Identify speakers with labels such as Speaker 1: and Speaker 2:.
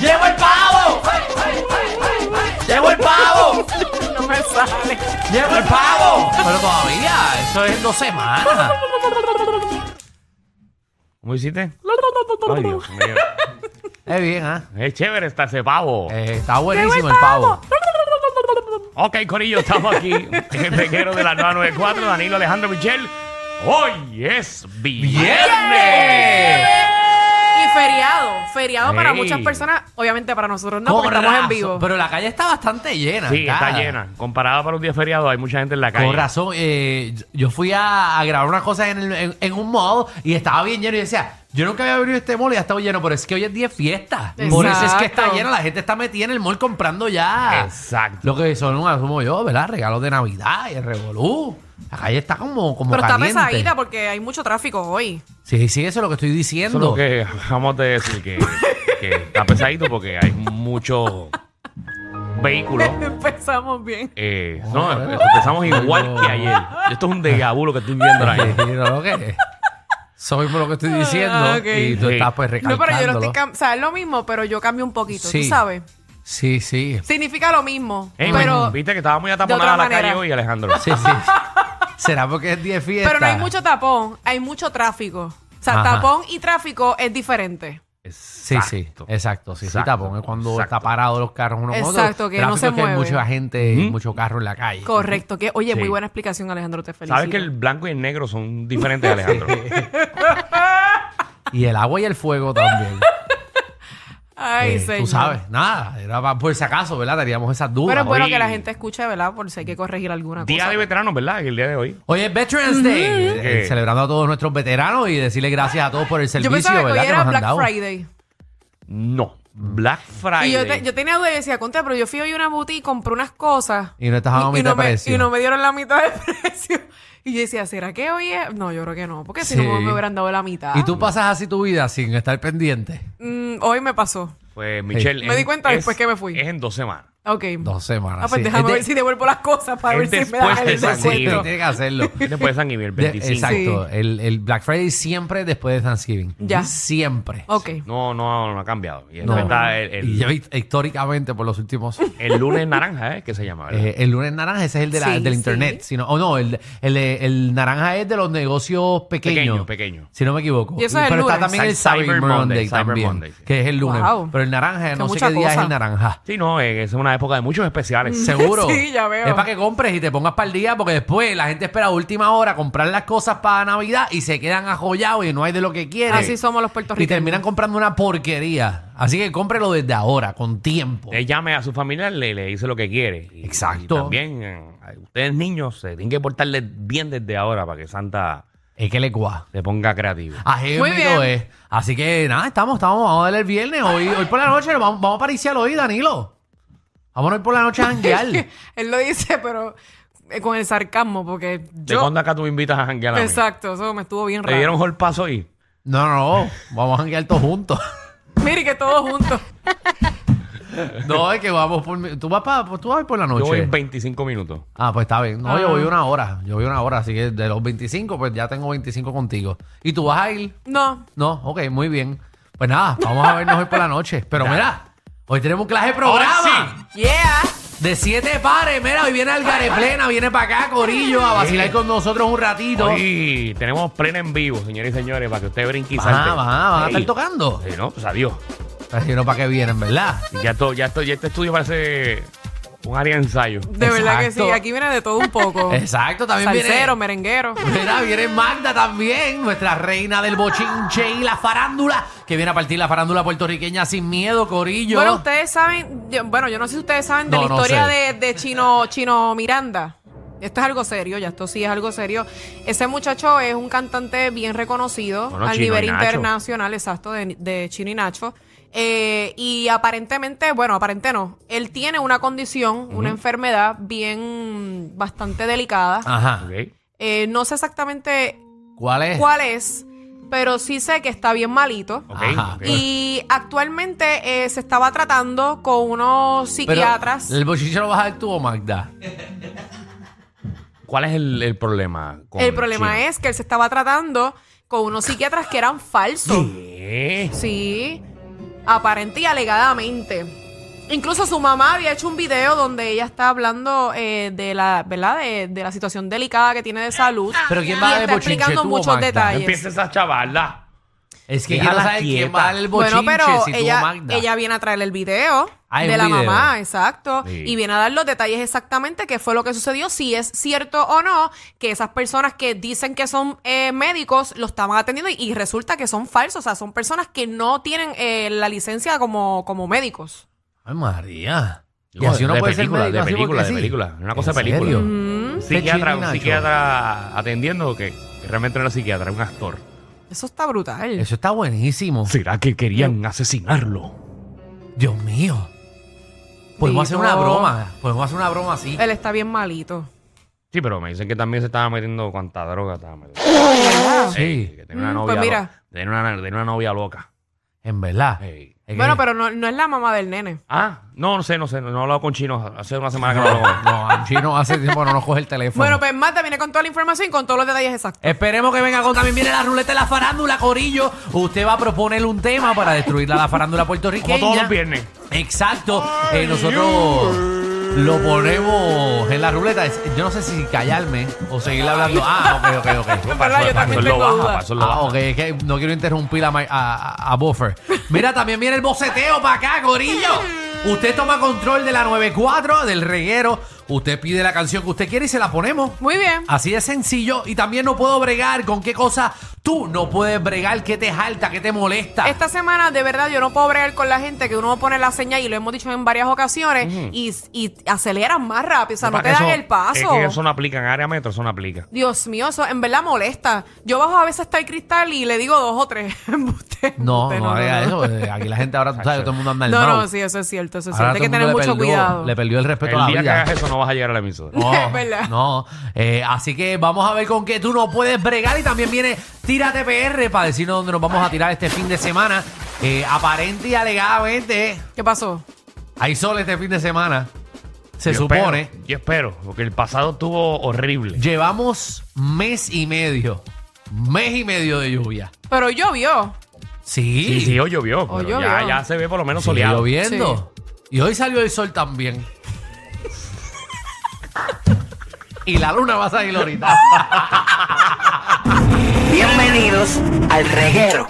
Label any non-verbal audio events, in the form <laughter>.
Speaker 1: ¡Llevo el pavo! ¡Llevo el pavo!
Speaker 2: No me sale.
Speaker 1: ¡Llevo el pavo!
Speaker 3: Pero todavía, eso es en dos semanas.
Speaker 1: ¿Cómo hiciste? Ay, Dios mío.
Speaker 3: Es bien, ¿ah?
Speaker 1: Es chévere estar ese pavo.
Speaker 3: Eh, está buenísimo el pavo.
Speaker 1: Ok, Corillo, estamos aquí en el pequero de la 994, Danilo Alejandro Michel. Hoy es viernes.
Speaker 2: Y feriado. Feriado para
Speaker 1: Ey.
Speaker 2: muchas personas. Obviamente para nosotros no, porque
Speaker 3: Con
Speaker 2: estamos en
Speaker 3: razón.
Speaker 2: vivo.
Speaker 3: Pero la calle está bastante llena.
Speaker 1: Sí, está
Speaker 3: cara.
Speaker 1: llena. Comparada para un día feriado, hay mucha gente en la calle.
Speaker 3: Con razón, eh, yo fui a, a grabar unas cosas en, el- en- en un mall y estaba bien lleno y decía, yo nunca había venido a este mall y ha estado lleno, pero es que hoy es 10 fiestas. Por eso es que está
Speaker 2: Exacto.
Speaker 3: lleno, la gente está metida en el mall comprando ya.
Speaker 1: Exacto.
Speaker 3: Lo que son, asumo yo, ¿verdad? Regalos de Navidad y el revolú. La calle está como, como
Speaker 2: Pero está
Speaker 3: caliente.
Speaker 2: pesadita porque hay mucho tráfico hoy.
Speaker 3: Sí, sí, eso es lo que estoy
Speaker 1: Eso
Speaker 3: diciendo.
Speaker 1: es lo que acabamos de decir, que, que está pesadito porque hay muchos vehículos.
Speaker 2: <laughs> Empezamos bien.
Speaker 1: Eh,
Speaker 3: Oh,
Speaker 1: no, empezamos igual que ayer. Esto es un déjà vu lo que estoy viendo ahora
Speaker 3: <laughs>
Speaker 1: mismo.
Speaker 3: Sí, no, lo que soy por lo que estoy diciendo
Speaker 2: Ah, ok.
Speaker 3: y tú
Speaker 1: Sí.
Speaker 3: estás pues
Speaker 2: No,
Speaker 3: recalcándolo.
Speaker 2: pero yo no estoy. cam- O sea, es lo mismo, pero yo cambio un poquito.
Speaker 3: Sí.
Speaker 2: ¿Tú sabes?
Speaker 3: Sí, sí.
Speaker 2: Significa lo mismo.
Speaker 1: Ey,
Speaker 2: pero,
Speaker 1: viste que estaba muy
Speaker 2: de
Speaker 1: ataponada
Speaker 2: otra
Speaker 1: la calle
Speaker 2: manera.
Speaker 1: hoy, Alejandro.
Speaker 3: Sí, <laughs> sí. Será porque es 10 fiestas.
Speaker 2: pero no hay mucho tapón, hay mucho tráfico. O sea,
Speaker 3: Ajá.
Speaker 2: tapón y tráfico es diferente.
Speaker 3: Sí, sí, exacto. Sí, sí,
Speaker 1: Exacto,
Speaker 3: tapón. Es cuando
Speaker 1: exacto.
Speaker 3: está parado los carros uno con otro.
Speaker 2: Exacto, que no
Speaker 3: Tráfico
Speaker 2: se
Speaker 3: es hay
Speaker 2: mueve.
Speaker 3: mucha gente y mucho carro en la calle.
Speaker 2: Correcto. Que, oye,
Speaker 1: Sí.
Speaker 2: muy buena explicación, Alejandro. Te felicito.
Speaker 1: Sabes que el blanco y el negro son diferentes,
Speaker 3: <laughs>
Speaker 1: Alejandro.
Speaker 3: Y el agua y el fuego también.
Speaker 2: <laughs> Ay,
Speaker 3: Eh,
Speaker 2: señor.
Speaker 3: tú sabes, Uh, nada. Era pa- por si acaso, ¿verdad? Teníamos esas dudas.
Speaker 2: Pero pues- es bueno
Speaker 1: Hoy-
Speaker 2: que la gente escuche, ¿verdad? Por si hay que corregir alguna
Speaker 1: Día
Speaker 2: cosa.
Speaker 1: de veteranos, ¿verdad? El día de hoy.
Speaker 3: Hoy es Veterans Day, eh,
Speaker 1: Sí.
Speaker 3: celebrando a todos nuestros veteranos y decirle gracias a todos por el
Speaker 2: yo
Speaker 3: servicio,
Speaker 2: pensaba que hoy
Speaker 3: ¿verdad? que
Speaker 2: era
Speaker 3: nos han
Speaker 2: Black
Speaker 3: dado.
Speaker 2: Friday.
Speaker 1: No. Black Friday.
Speaker 2: Y yo, te- yo tenía duda y decía, contra, pero yo fui hoy a una boutique y compré unas cosas.
Speaker 3: Y no estaban a mitad
Speaker 2: no
Speaker 3: de
Speaker 2: me,
Speaker 3: precio.
Speaker 2: y no me dieron la mitad de <laughs> precio. Y yo decía, ¿será que hoy es? No, yo creo que no, porque si no
Speaker 3: Sí.
Speaker 2: me hubieran dado la mitad.
Speaker 3: Y tú pasas así tu vida sin estar pendiente.
Speaker 2: Mm, hoy me pasó.
Speaker 1: Pues, Michelle.
Speaker 2: Me di
Speaker 1: es-
Speaker 2: cuenta
Speaker 1: es-
Speaker 2: después que me fui.
Speaker 1: Es en dos semanas.
Speaker 2: Ok.
Speaker 3: Dos semanas.
Speaker 2: Ah, pues
Speaker 3: sí.
Speaker 2: déjame
Speaker 3: Es de-
Speaker 2: ver si devuelvo las cosas para ver
Speaker 1: es
Speaker 2: si me dan
Speaker 1: después
Speaker 2: el
Speaker 1: de San
Speaker 2: descuento.
Speaker 1: Diego.
Speaker 3: Tiene que
Speaker 2: <laughs>
Speaker 3: hacerlo.
Speaker 1: Después de San Iber,
Speaker 3: <laughs> De-
Speaker 1: 25.
Speaker 3: exacto. El, el Black Friday siempre después de Thanksgiving.
Speaker 2: Ya.
Speaker 3: Siempre.
Speaker 2: Ok.
Speaker 1: No, no, no ha cambiado. Y
Speaker 3: No.
Speaker 1: después está el,
Speaker 3: Y
Speaker 1: el-
Speaker 3: yo hi- históricamente por los
Speaker 2: <laughs>
Speaker 3: últimos...
Speaker 1: el lunes naranja, ¿eh? Que se llama, ¿verdad?
Speaker 3: eh, el lunes naranja, ese es el de la-
Speaker 2: Sí,
Speaker 3: del
Speaker 2: sí.
Speaker 3: internet. Si no- o no, el, el, el naranja es de los negocios pequeños.
Speaker 1: Pequeño, pequeño.
Speaker 3: Si no me equivoco.
Speaker 2: Y eso es el
Speaker 3: Pero está
Speaker 2: lunes.
Speaker 3: también el
Speaker 1: Cyber
Speaker 3: Cyber,
Speaker 1: Monday,
Speaker 3: Monday,
Speaker 1: Cyber
Speaker 3: también,
Speaker 1: Monday, sí.
Speaker 3: que es el lunes.
Speaker 2: Wow.
Speaker 3: Pero el naranja,
Speaker 2: Que
Speaker 3: no sé
Speaker 2: mucha
Speaker 3: qué día es
Speaker 2: cosa.
Speaker 3: el naranja.
Speaker 1: Sí, no, eh, es una época de muchos
Speaker 2: Mm.
Speaker 1: especiales.
Speaker 3: <laughs> Seguro.
Speaker 2: Sí, ya veo.
Speaker 3: Es para que compres y te pongas para el día, porque después la gente espera a última hora comprar las cosas para Navidad y se quedan ajollados y no hay de lo que quieren.
Speaker 2: Así somos los
Speaker 3: y
Speaker 2: puertorriqueños.
Speaker 3: terminan comprando una porquería. Así que cómprelo desde ahora, con tiempo.
Speaker 1: Él llame a su familia, le, le dice lo que quiere. Y-
Speaker 3: Exacto.
Speaker 1: y también, eh, ustedes niños, se tienen que portarles bien desde ahora para que Santa
Speaker 3: Es que le cuá.
Speaker 1: se ponga creativo.
Speaker 3: Así
Speaker 2: Muy
Speaker 3: mismito
Speaker 2: bien.
Speaker 3: es. Así que nada, estamos, estamos, vamos a darle el viernes. Hoy, hoy por la noche nos vamos, vamos a pariciar hoy, Danilo. Vamos a ir por la noche a
Speaker 2: <laughs>
Speaker 3: janguear.
Speaker 2: Él lo dice, pero eh, con el sarcasmo, porque
Speaker 1: ¿De
Speaker 2: yo...
Speaker 1: cuándo acá tú me invitas a janguear a mí?
Speaker 2: Exacto, eso me estuvo bien
Speaker 1: ¿Te
Speaker 2: raro.
Speaker 1: dieron el paso ahí?
Speaker 3: No, no, no. Vamos a janguear todos
Speaker 2: <laughs>
Speaker 3: juntos.
Speaker 2: Mire que todos juntos.
Speaker 3: No, es que vamos por... Tú vas, pa- tú vas a ir por la noche.
Speaker 1: Yo voy en 25 minutos.
Speaker 3: Ah, pues está bien. No,
Speaker 2: Ah.
Speaker 3: yo voy una hora. Yo voy una hora, así que de los 25, pues ya tengo 25 contigo. ¿Y tú vas a ir?
Speaker 2: No.
Speaker 3: No, ok, muy bien. Pues nada, vamos a vernos hoy por la noche.
Speaker 2: <laughs>
Speaker 3: Pero mira, hoy tenemos un clase de
Speaker 2: Oh,
Speaker 3: programa
Speaker 2: Yeah.
Speaker 3: de siete pares. Mira, hoy viene
Speaker 2: <laughs>
Speaker 3: Algaré Plena, viene para acá, Corillo, a vacilar con nosotros un ratito.
Speaker 1: Hoy tenemos plena en vivo, señores y señores, para que usted brinque y salte.
Speaker 3: Ajá, va, van a estar
Speaker 1: Ey.
Speaker 3: tocando.
Speaker 1: Sí, no, pues adiós.
Speaker 3: Pero si no, ¿para qué vienen, verdad?
Speaker 1: Y Ya, to- ya, to- ya este estudio parece un área de ensayo.
Speaker 2: De verdad que sí.
Speaker 3: Exacto.
Speaker 2: Aquí viene de todo un <laughs> poco.
Speaker 3: Exacto, también viene...
Speaker 2: Oh. Salsero, merenguero.
Speaker 3: Mira, viene Magda también, nuestra reina del bochinche y la farándula, que viene a partir la farándula puertorriqueña sin miedo, corillo.
Speaker 2: <laughs> Bueno, ustedes saben, yo- bueno, yo no sé si ustedes saben de
Speaker 3: No,
Speaker 2: la
Speaker 3: no
Speaker 2: historia
Speaker 3: sé.
Speaker 2: de, de Chino, Chino Miranda. Esto es algo serio, ya esto sí es algo serio. Ese muchacho es un cantante bien reconocido
Speaker 1: Bueno,
Speaker 2: al
Speaker 1: Chino
Speaker 2: nivel
Speaker 1: y Nacho.
Speaker 2: internacional, exacto, de, de Chino y Nacho. Eh, y aparentemente, bueno, aparente no, él tiene una condición, una enfermedad bien, bastante delicada.
Speaker 1: Ah.
Speaker 3: Ajá.
Speaker 1: Ok.
Speaker 2: Eh, no sé exactamente
Speaker 3: ¿Cuál es?
Speaker 2: cuál es, pero sí sé que está bien malito.
Speaker 1: Ok,
Speaker 3: Ajá.
Speaker 1: ok.
Speaker 2: Y actualmente eh, se estaba tratando con unos
Speaker 3: Pero,
Speaker 2: psiquiatras.
Speaker 3: ¿El bochinche lo vas a dar tú o Magda?
Speaker 1: ¿Cuál es el, el problema? con
Speaker 2: el problema
Speaker 1: Chino?
Speaker 2: es que él
Speaker 3: <clears throat>
Speaker 2: se estaba tratando con unos psiquiatras que eran falsos.
Speaker 1: ¿Qué?
Speaker 2: Sí. aparente y alegadamente. Incluso su mamá había hecho un video donde ella está hablando eh, de la, ¿verdad? De, de la situación delicada que tiene de salud.
Speaker 3: Pero ¿quién
Speaker 2: y
Speaker 3: va a dar el
Speaker 2: está
Speaker 3: bochinche,
Speaker 2: explicando
Speaker 3: tú o
Speaker 2: muchos
Speaker 3: Magda?
Speaker 2: detalles.
Speaker 1: Empieza esa chavala.
Speaker 3: Es que
Speaker 4: Déjala
Speaker 3: quiero saber quién
Speaker 4: quieta.
Speaker 3: va a dar el bochinche
Speaker 2: Bueno, pero
Speaker 3: si tú o
Speaker 2: ella,
Speaker 3: Magda.
Speaker 2: ella viene a traer el video
Speaker 3: Ah, hay
Speaker 2: de
Speaker 3: un
Speaker 2: la
Speaker 3: video.
Speaker 2: mamá, exacto.
Speaker 1: Sí.
Speaker 2: Y viene a dar los detalles exactamente qué fue lo que sucedió, si es cierto o no que esas personas que dicen que son eh, médicos lo estaban atendiendo y, y resulta que son falsos. O sea, son personas que no tienen eh, la licencia como, como médicos.
Speaker 3: Ay, María. Y
Speaker 1: Digo,
Speaker 3: así uno
Speaker 1: de
Speaker 3: puede ser
Speaker 1: película,
Speaker 3: médico
Speaker 1: de
Speaker 3: así
Speaker 1: película,
Speaker 3: porque
Speaker 1: de
Speaker 3: sí.
Speaker 1: película. Una cosa
Speaker 3: ¿En
Speaker 1: de película.
Speaker 3: serio?
Speaker 2: Mm.
Speaker 1: Un psiquiatra, un
Speaker 3: Pechini,
Speaker 1: psiquiatra atendiendo o qué? Que realmente no era psiquiatra, era un actor.
Speaker 2: Eso está brutal.
Speaker 3: Eso está buenísimo.
Speaker 1: ¿Será que querían asesinarlo?
Speaker 3: Dios mío. Podemos hacer
Speaker 2: Dito.
Speaker 3: una broma. Podemos hacer una broma así.
Speaker 2: Él está bien malito.
Speaker 1: Sí, pero me dicen que también se estaba metiendo cuánta droga estaba metiendo.
Speaker 3: Sí.
Speaker 1: Ey, que tenía una
Speaker 2: Mm,
Speaker 1: novia
Speaker 2: pues mira.
Speaker 1: loca. Tenía una, tenía una novia loca.
Speaker 3: En verdad.
Speaker 1: Ey.
Speaker 3: Es que-
Speaker 2: Bueno, pero no, no es la mamá del nene.
Speaker 1: Ah, no, no sé, no sé. No he hablado con chinos. Hace una semana que no hablo con él.
Speaker 3: No, al chino hace tiempo que no nos coge el teléfono.
Speaker 2: Bueno, pues Marta viene con toda la información y con todos los detalles exactos.
Speaker 3: Esperemos que venga con también viene la ruleta de la farándula, Corillo. Usted va a proponer un tema para destruir a la farándula puertorriqueña.
Speaker 1: Como todos los viernes.
Speaker 3: Exacto. Eh, nosotros lo ponemos en la ruleta. Es- Yo no sé si callarme o seguirle hablando. Ah, ok,
Speaker 2: <laughs>
Speaker 3: ok, ok.
Speaker 2: verdad, yo
Speaker 1: Pasó, pasó,
Speaker 2: también
Speaker 1: lo
Speaker 2: tengo
Speaker 1: baja,
Speaker 2: dudas.
Speaker 1: pasó, lo
Speaker 3: Ah,
Speaker 1: baja.
Speaker 3: ok, es que no quiero interrumpir a, Ma- a- a Buffer. Mira, también viene el boceteo para acá, Corillo. Usted toma control de la 94, del reguero. Usted pide la canción que usted quiere y se la ponemos.
Speaker 2: Muy bien.
Speaker 3: Así de sencillo. Y también no puedo bregar con qué cosa tú no puedes bregar, qué te jalta, qué te molesta.
Speaker 2: Esta semana, de verdad, yo no puedo bregar con la gente que uno pone la señal y lo hemos dicho en varias ocasiones y, y aceleran más rápido. O sea, no
Speaker 1: Para
Speaker 2: te
Speaker 1: que
Speaker 2: dan
Speaker 1: eso-
Speaker 2: el paso.
Speaker 1: Es que eso no aplica en área metro, eso no aplica.
Speaker 2: Dios mío, eso en verdad molesta. Yo bajo a veces hasta el cristal y le digo dos o tres. <laughs> Embuste,
Speaker 3: No,
Speaker 2: embuste,
Speaker 3: no, haga eso. eh, Aquí la gente ahora, tú sabes, todo el mundo anda
Speaker 2: No,
Speaker 3: en
Speaker 2: no, sí, eso es cierto. Eso es cierto. Hay que tener mucho cuidado.
Speaker 3: Le perdió el respeto
Speaker 1: El
Speaker 3: a la
Speaker 1: día que <laughs>
Speaker 3: vida.
Speaker 1: hagas eso no vas a llegar a la emisora.
Speaker 3: No,
Speaker 2: Es verdad.
Speaker 3: no. Eh, así que vamos a ver con qué tú no puedes bregar. Y también viene Tírate PR para decirnos dónde nos vamos a tirar este fin de semana. Eh, aparente y alegadamente,
Speaker 2: ¿Qué pasó?
Speaker 3: hay sol este fin de semana. Se
Speaker 1: Yo
Speaker 3: supone.
Speaker 1: espero, yo espero, porque el pasado estuvo horrible.
Speaker 3: Llevamos mes y medio. Mes y medio de lluvia.
Speaker 2: Pero llovió.
Speaker 3: Sí.
Speaker 1: Sí, sí, hoy llovió.
Speaker 2: Hoy
Speaker 1: pero Ya,
Speaker 2: Oh, llovió.
Speaker 1: ya se ve por lo menos
Speaker 3: Sigue
Speaker 1: soleado.
Speaker 3: lloviendo. Y hoy salió el sol también. <laughs> y la luna va a salir ahorita.
Speaker 5: Bienvenidos al reguero.